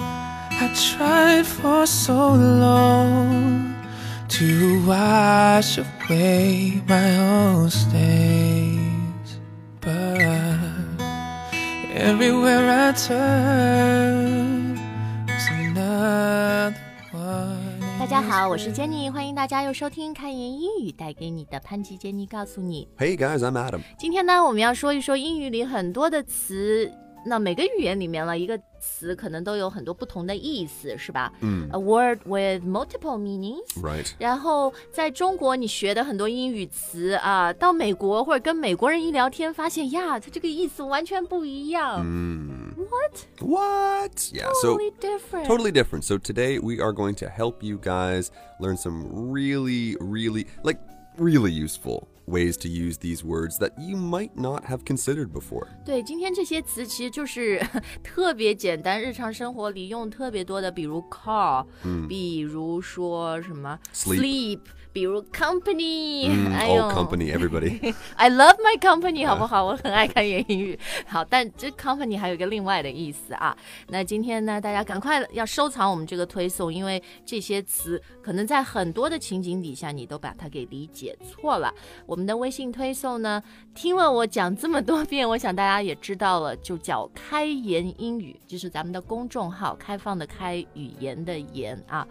I tried for so long to wash away my own stains, but everywhere I turn, there's another one. 大家好，我是 Jenny，欢迎大家又收听看言英语带给你的潘吉杰尼告诉你。 Hey guys, I'm Adam. 今天呢，我们要说一说英语里很多的词，那每个语言里面了一个词可能都有很多不同的意思，是吧？嗯，a word with multiple meanings。 Right. 然后在中国，你学的很多英语词啊，到美国或者跟美国人一聊天，发现呀，它这个意思完全不一样、 What? Yeah, t o t a l so l y different。 totally different. So today we are going to help you guys learn some really, really, like, really useful ways to use these words that you might not have considered before. 对，今天这些词其实就是 特别简单，日常生活里用特别多的，比如 car，、比如说什么 Sleep 比如 company，、哎 Oh, 呦 company, everybody. I love my company，好不 好？我很爱看言英语。好，但这 company 还有一个另外的意思啊。那今天呢，大家赶快要收藏我们这个推送，因为这些词可能在很多的情景底下，你都把它给理解错了。我们的微信推送呢，听了我讲这么多遍，我想大家也知道了，就叫开言英语，就是咱们的公众号，开放的开，语言的言啊。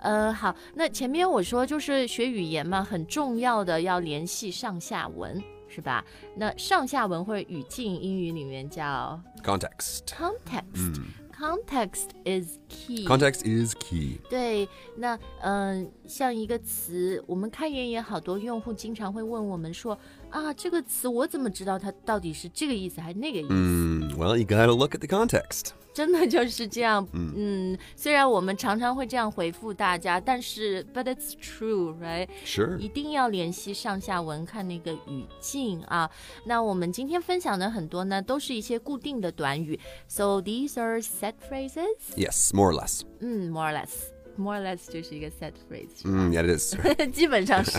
呃，好，那前面我说就是学语言嘛，很重要的要联系上下文，是吧？那上下文或者语境，英语里面叫 Context. context、Context is key。 Context is key. 对，那嗯、像一个词，我们开源也好多用户经常会问我们说啊，这个词我怎么知道它到底是这个意思还是那个意思？ Mm, well, you gotta look at the context. 真的就是这样。嗯，虽然我们常常会这样回复大家，但是 but it's true, right？ Sure. 一定要联系上下文，看那个语境啊。那我们今天分享的很多呢，都是一些固定的短语。So these are set phrases. Yes, more or less. 嗯，more or less. More or less 就是一个 set phrase，是吧 Mm, yeah, it is. 基本上 是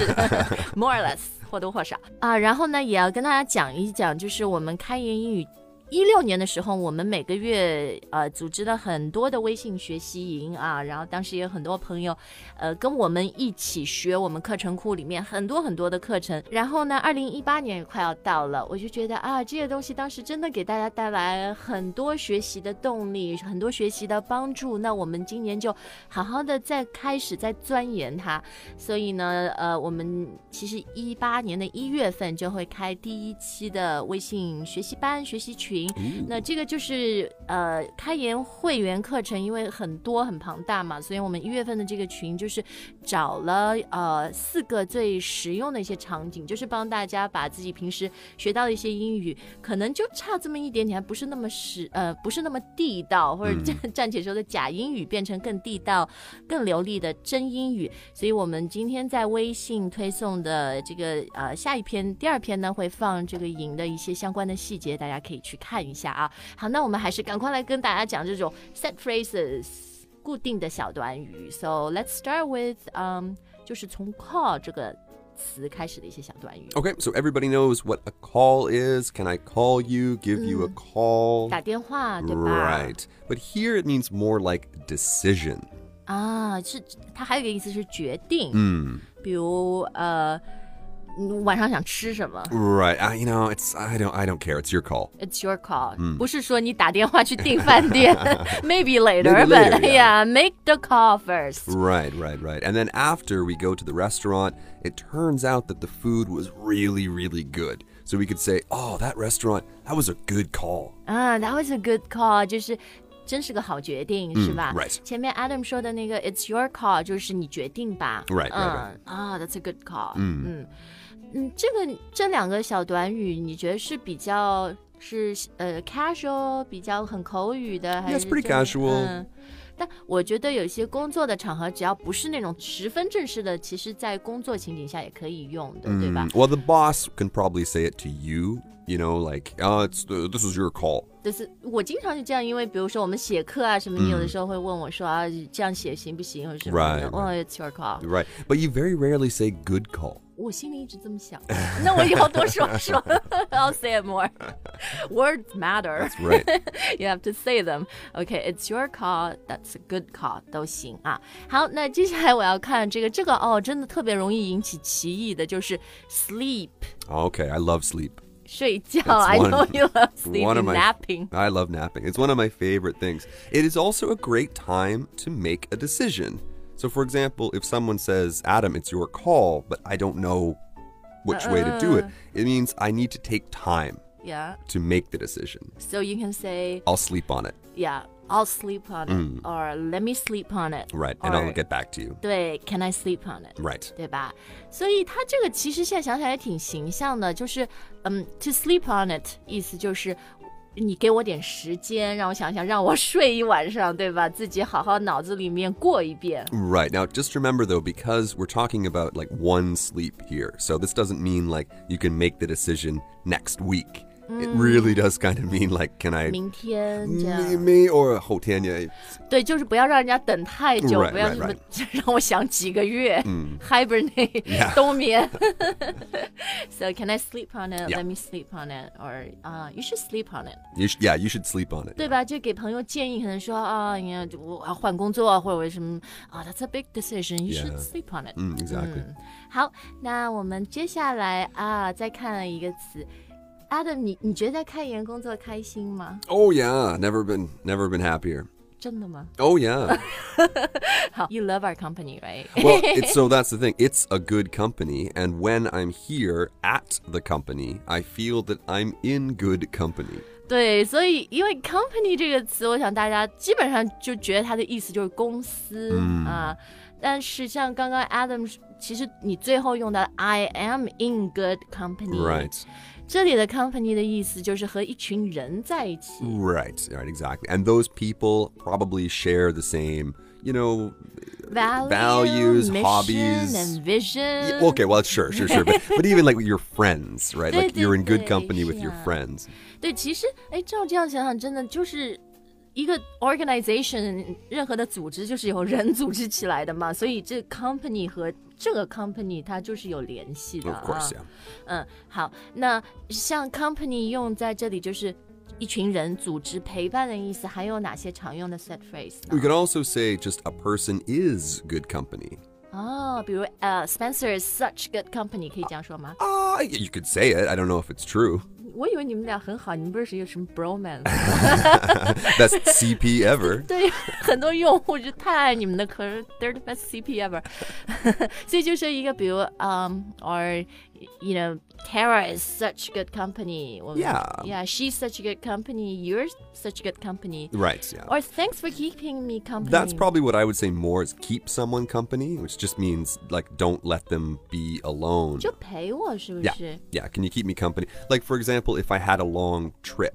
more or less 或多或少啊。然后呢，也要跟大家讲一讲，就是我们开言英语。一六年的时候，我们每个月呃组织了很多的微信学习营啊，然后当时也有很多朋友，呃跟我们一起学我们课程库里面很多很多的课程。然后呢，二零一八年也快要到了，我就觉得啊，这些东西当时真的给大家带来很多学习的动力，很多学习的帮助。那我们今年就好好的再开始再钻研它，所以呢，呃，我们其实一八年的一月份就会开第一期的微信学习班、学习群。嗯那这个就是呃开源会员课程，因为很多很庞大嘛，所以我们一月份的这个群就是找了呃四个最实用的一些场景，就是帮大家把自己平时学到的一些英语，可能就差这么一点点，还不是那么实呃不是那么地道，或者暂 暂且说的假英语变成更地道、更流利的真英语。所以我们今天在微信推送的这个呃下一篇第二篇呢，会放这个营的一些相关的细节，大家可以去看一下啊。好，那我们还是赶快来跟大家讲这种 set phrases 固定的小短语。So let's start with 嗯、就是从 call 这个词开始的一些小短语。 Okay, so everybody knows what a call is. Can I call you? Give you a call? 打电话对吧 Right. But here it means more like decision. 啊，是它还有一个意思是决定，嗯，比如呃，嗯晚上想吃什么 Right. I, you know, it's I don't I don't care. It's your call. ？It's your call，、不是说你打电话去订饭 店，maybe later，but later, yeah, make the call first。 Right, right, right. And then after we go to the restaurant, it turns out that the food was really, really good. So we could say, "Oh, that restaurant, that was a good call." 啊、t h a t was a good call，就是。真是个好决定，是吧、嗯 right 前面 Adam 说的那个 "It's your call" 就是你决定吧。 Right, right, 嗯啊、t h a t s a good call 嗯。嗯嗯，这个这两个小短语，你觉得是比较是呃 casual，比较很口语的，还 Yeah, 是 it's 真 pretty 的 casual 嗯，但我觉得有些工作的场合，只要不是那种十分正式的，其实在工作情景下也可以用的，对吧嗯 Mm, Well, the boss can probably say it to you You know, like, oh, it's the, this is your call. 就是我经常是这样，因为比如说我们写课啊什么，你有的时候会问我说啊，这样写行不行，或者什么的。 Right, 哦，It's your call。 Right. But you very rarely say good call. 我心里一直这么想，那我以后多说 说。I'll say it more. Words matter. That's right. You have to say them. Okay, it's your call. That's a good call. 都行啊。好，那接下来我要看这个，这个哦，真的特别容易引起歧义的，就是 sleep okay, I love sleep. 睡觉。 That's I one- know you love one sleep of and my- napping. I love napping. It's one of my favorite things. It is also a great time to make a decision. So, for example, if someone says, Adam, it's your call, but I don't know which way to do it, it means I need to take time Yeah. to make the decision. So you can say I'll sleep on it. yeah. I'll sleep on it, or let me sleep on it. Mm. Right. And or- I'll get back to you. 对，Can I sleep on it？ Right. 对吧？所以它这个其实现在想起来也挺形象的，就是嗯，to sleep on it，意思就是你给我点时间，让我想想，让我 睡一晚上，对吧？自己好好脑子里面过一遍。 Right. Now, just remember though, because we're talking about like one sleep here, so this doesn't mean like you can make the decision next week. It really does kind of mean like, can I 明天这样 me, me or Hotanya? 对，就是不要让人家等太久 Right, 嗯不要什么 right, 让我想几个月、hibernate 冬眠。so can I sleep on it? Yeah. Let me sleep on it, or 啊、you should sleep on it. You sh- yeah, you should sleep on it. 对吧？就给朋友建议，可能说啊，你看我要换工作啊，或者为什么啊，That's a big decision. You should Yeah. sleep on it. Mm, exactly. 好，那我们接下来啊，再看一个词，Adam，你你觉得在开源工作开心吗？ Oh yeah, never been never been happier. 真的吗？ Oh yeah. 好，You love our company, right? well, it's, so that's the thing. It's a good company, and when I'm here at the company, I feel that I'm in good company. 对，所以因为 company 这个词，我想大家基本上就觉得它的意思就是公司、嗯啊。但是像刚刚 Adam，其实你最后用的 I am in good company。 Right. 这里的 company 的意思就是和一群人在一起。 Right, right, exactly. And those people probably share the same, you know, Value, Values, mission hobbies. and vision. y- okay, well, sure, sure, sure. But, but even like with your friends, right? Like They- you're they- in good they company with your share. friends. 对，其实哎，照这样想想，真的就是一个 organization，任何的组织就是由人 组织起来的嘛，所以这 company 和这个 company 它就是有联系的 Of 啊。 course, yeah. 嗯，好，那像 company 用在这里就是一群人、组织、陪伴的意思，还有哪些常用的 set phrase We 呢？ could also say just a person is good company. 哦，比如呃、s p e n c e r is such good company，可以这样说吗？ Ah, y you could say it. I don't know if it's true. 我以为你们俩很好，你们不是有什么 bromance？ Best CP ever. 对， 很多用户就太爱你们的，可是 they're the best CP ever。所以就是一个比如，嗯、o r you know Tara is such good company 我们。 Yeah. Yeah. She's such good company. You're such good company. Right, yeah. Or thanks for keeping me company. That's probably what I would say more is keep someone company, which just means like don't let them be alone. 就陪我是不 Yeah. 是 Yeah. Can you keep me company? Like, for example, if I had a long trip,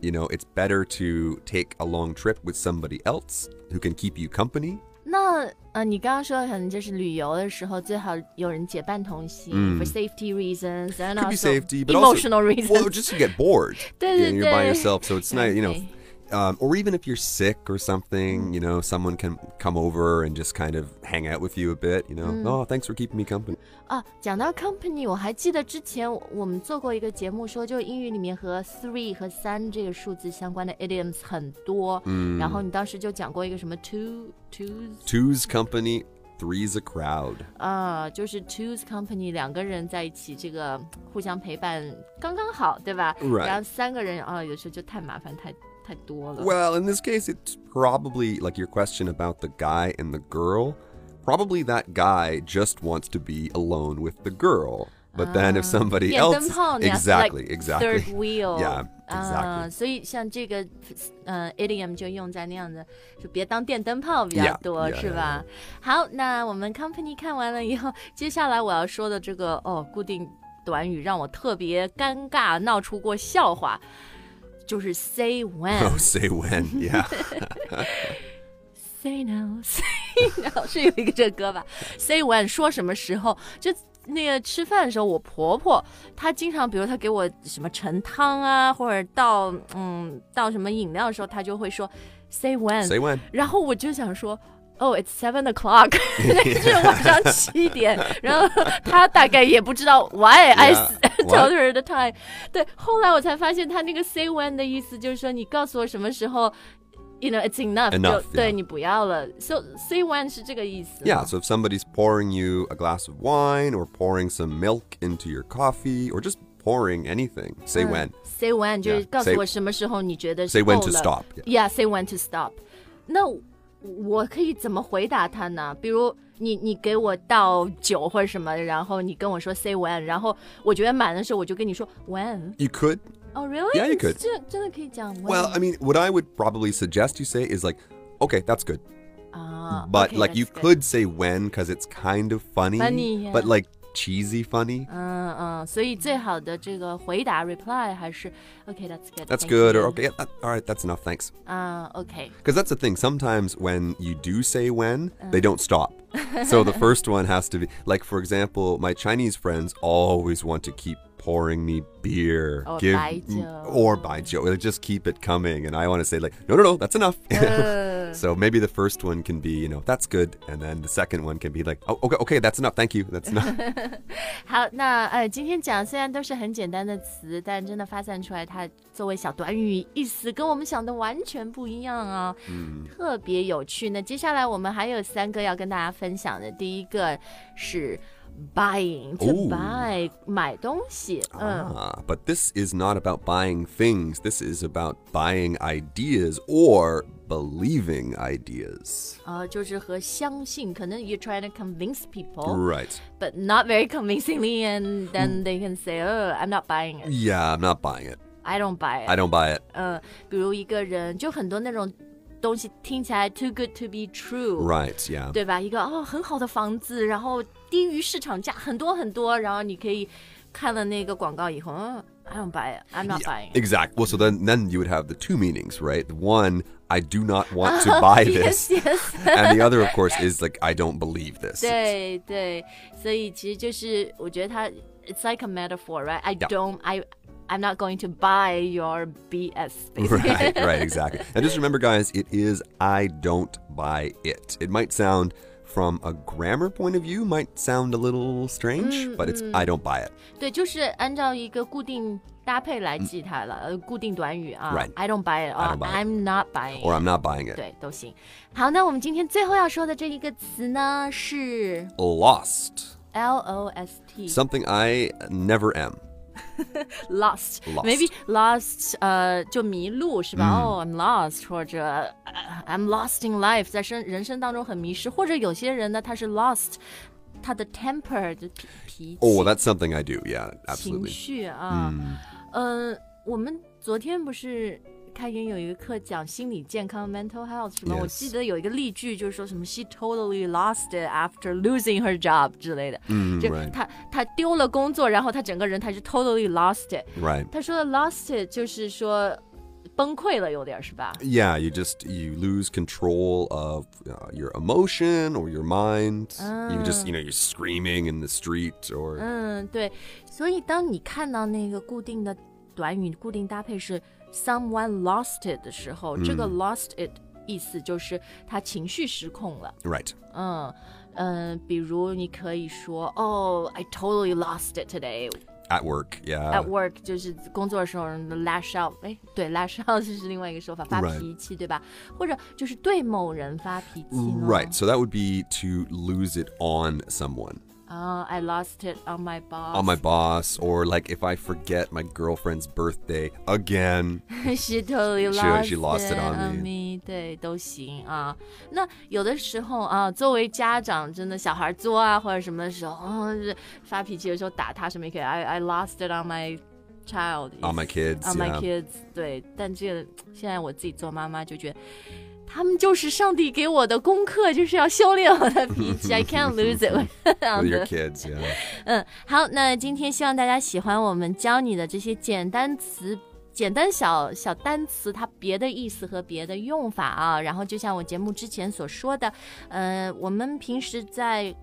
you know, it's better to take a long trip with somebody else who can keep you company. 那呃，你刚刚说可能就是旅游的时候最好有人结伴同行、f o r safety reasons and also Could be safety, but emotional also, reasons. Well, just to get bored. you know, you're by 对，对，对。 yourself, so it's nice, you know. Okay. Um, or even if you're sick or something, you know, someone can come over and just kind of hang out with you a bit, you know. Mm. Oh, thanks for keeping me company. 啊，讲到 company，我还记得之前我们做过一个节目，说就是英语里面和 three 和三这个数字相关的 idioms 很多。嗯，然后你当时就讲过一个什么 two twos Two's company, three's a crowd. 啊，就是 two's company 两个人在一起，这个互相陪伴刚刚好，对吧 Right 然后三个人啊，有时候就太麻烦，太太多了。 Well, in this case, it's probably like your question about the guy and the girl. Probably that guy just wants to be alone with the girl. But then if Ah. somebody 电 else. 灯泡那样 exactly, like third exactly. wheel， Yeah, 啊 exactly. 所以像这个呃 idiom 就用在那样的，就别当电灯泡比较 Yeah, 多 yeah, 是吧好，那我们 company 看完了以后，接下来我要说的这个哦固定短语让我特别尴尬，闹出过笑话，就是 say Oh, when say when. Yeah. say no say no 是有一个这个歌吧？say when 说什么时候就。那个吃饭的时候，我婆婆她经常，比如她给我什么盛汤啊，或者倒嗯倒什么饮料的时候，她就会说 say when，, Say when. 然后我就想说。Oh, it's seven o'clock，是 晚上七点。然后她大概也不知道 why I Yeah, told what? her the time。对，后来我才发现她那个 say when 的意思就是说，你告诉我什么时候，you know, it's enough，, 就 Enough, 对 yeah. 你不要了。So say when 是这个意思吗。 Yeah, so if somebody's pouring you a glass of wine or pouring some milk into your coffee or just pouring anything, say when. Say when 就是 Yeah, 告诉 say- 我什么时候你觉得 say 是够 when 了。 to stop, Yeah, say when to stop. 那我我可以怎么回答他呢？比如你你给我倒酒或者什么，然后你跟我说 say when，然后我觉得满的时候我就跟你说 when。 You could. Oh really? Yeah, you could. 这真的可以讲 when Well, I mean, what I would probably suggest you say is like, okay, that's good. 啊 But okay, like you that's good. could say when because it's kind of funny. Funny, But yeah. Oh, like cheesy funny. 嗯嗯，所以最好的这个回答 reply 还是 OK that's good. That's thank good. Or you." okay, yeah, that, all right, that's enough. Thanks. 啊 OK Because that's the thing. Sometimes when you do say when, they don't stop. so the first one has to be like, for example, my Chinese friends always want to keep pouring me beer, Or baijiu. or baijiu. They just keep it coming, and I want to say like, no, no, no, that's enough. 呃。 so maybe the first one can be, you know, that's good, and then the second one can be like, oh, okay, okay, that's enough. Thank you. That's enough. 好，那呃，今天讲虽然都是很简单的词，但真的发散出来，它作为小短语，意思跟我们想的完全不一样啊、嗯特别有趣。那接下来我们还有三个要跟大家分享的，第一个是 buying to Ooh buy、买东西，嗯。 ah, but this is not about buying things. This is about buying ideas or believing ideas. 呃，就是和相信，可能 you try to convince people, Right. but not very convincingly, and then they can say, "Oh, I'm not buying it. Yeah, I'm not buying it. I don't buy it." I don't buy it. 呃，比如一个人，就很多那种东西听起来 too good to be true，、 Right, yeah. 对吧？一个哦很好的房子，然后低于市场价很多很多，然后你可以看了那个广告以后，嗯、i don't buy it，I'm not buying it。 Exactly. Well, so then then you would have the two meanings, right? The One, I do not want to buy Oh, yes, this. yes. and the other, of course, is like I don't believe this. 对对，所以其实就是我觉得它，it's like a metaphor, right? I Yeah. don't, I, I'm not going to buy your BS. basically. right, right, exactly. And just remember, guys, it is I don't buy it. It might sound from a grammar point of view, might sound a little strange, Mm, but it's I don't buy it. 对，就是按照一个固定搭配来记它了，呃，固定短语啊嗯 Right. I don't buy it， I 啊 don't buy it. ，I'm not buying Or it， I'm not buying it. 对，都行。好，那我们今天最后要说的这一个词呢是 Lost. L O S T，lost，maybe Something I never am. Lost. 嗯 lost，呃，就迷路是吧？哦、i m lost，或者呃 I'm lost in life，在生人生当中很迷失，或者有些人呢，他是 lost，他的 temper 的脾脾气。啊 Oh, that's something I do. Yeah, 情 absolutely. 绪啊。嗯、呃，我们昨天不是开言有一个课讲心理健康 （mental health） 什么 Yes 我记得有一个例句就是说什么 “she totally lost it after losing her job” 之类的，嗯就 right 她她丢了工作，然后她整个人她是 totally lost it。 Right. 她说的 “lost it” 就是说崩溃了，有点儿是吧？ Yeah, you just you lose control of uh, your emotion or your mind. You just Ah. you know you're screaming in the street or 嗯，对，所以当你看到那个固定的短语、固定搭配是 someone lost it 的时候，这嗯个 lost it 意思就是他情绪失控了。 right. 嗯嗯、呃比如你可以说哦、i totally lost it today at work. Yeah. at work，就是工作的时候 lash out。哎，对，lash out 就是另外一个说法，发 Right 脾气对吧？或者就是对某人发脾气呢嗯 Right. So that would be to lose it on someone, 啊、i lost it on my boss。 on my boss, or like if I forget my girlfriend's birthday again. she totally She- lost, she lost it on on me. 啊对，都行啊。那有的时候啊，作为家长，真的小孩作啊或者什么的时候，嗯、是发脾气的时候打他什么也可以。I I lost it on my child, On my kids, on my yeah. kids. 对，但这个现在我自己做妈妈就觉得。他们就是上帝给我的功课，就是要修炼我的脾气。I can't lose it 这样 With 的 your kids, yeah. 嗯，好，那今天希望大家喜欢我们教你的这些简单词。简单小小单词，它别的意思和别的用法啊。然后就像我节目之前所说的，呃，我们平时在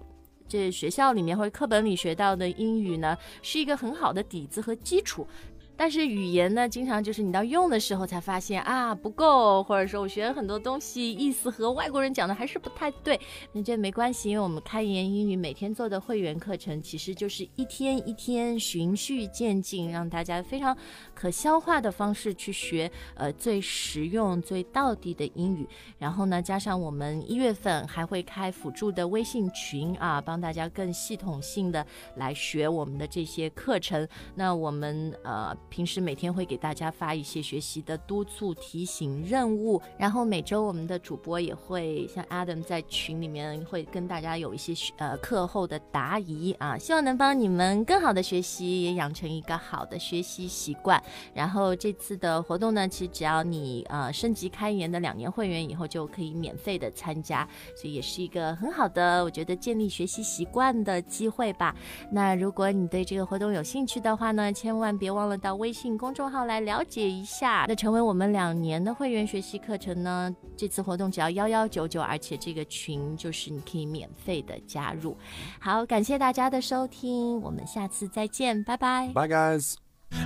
这学校里面或者课本里学到的英语呢，是一个很好的底子和基础。但是语言呢，经常就是你到用的时候才发现啊不够，或者说我学了很多东西，意思和外国人讲的还是不太对。那这没关系，因为我们开言英语每天做的会员课程，其实就是一天一天循序渐进，让大家非常可消化的方式去学，呃，最实用、最到地的英语。然后呢，加上我们一月份还会开辅助的微信群啊，帮大家更系统性的来学我们的这些课程。那我们呃平时每天会给大家发一些学习的督促、提醒、任务，然后每周我们的主播也会像 Adam 在群里面会跟大家有一些学呃课后的答疑啊，希望能帮你们更好的学习，也养成一个好的学习习惯。然后这次的活动呢，其实只要你呃升级开研的两年会员以后，就可以免费的参加，所以也是一个很好的，我觉得建立学习习惯的机会吧。那如果你对这个活动有兴趣的话呢，千万别忘了到微信公众号来了解一下。那成为我们两年的会员学习课程呢，这次活动只要幺幺九九，而且这个群就是你可以免费的加入。好，感谢大家的收听，我们下次再见，拜拜。 Bye, guys.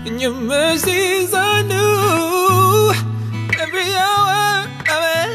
and your mercies are new every hour. Amen.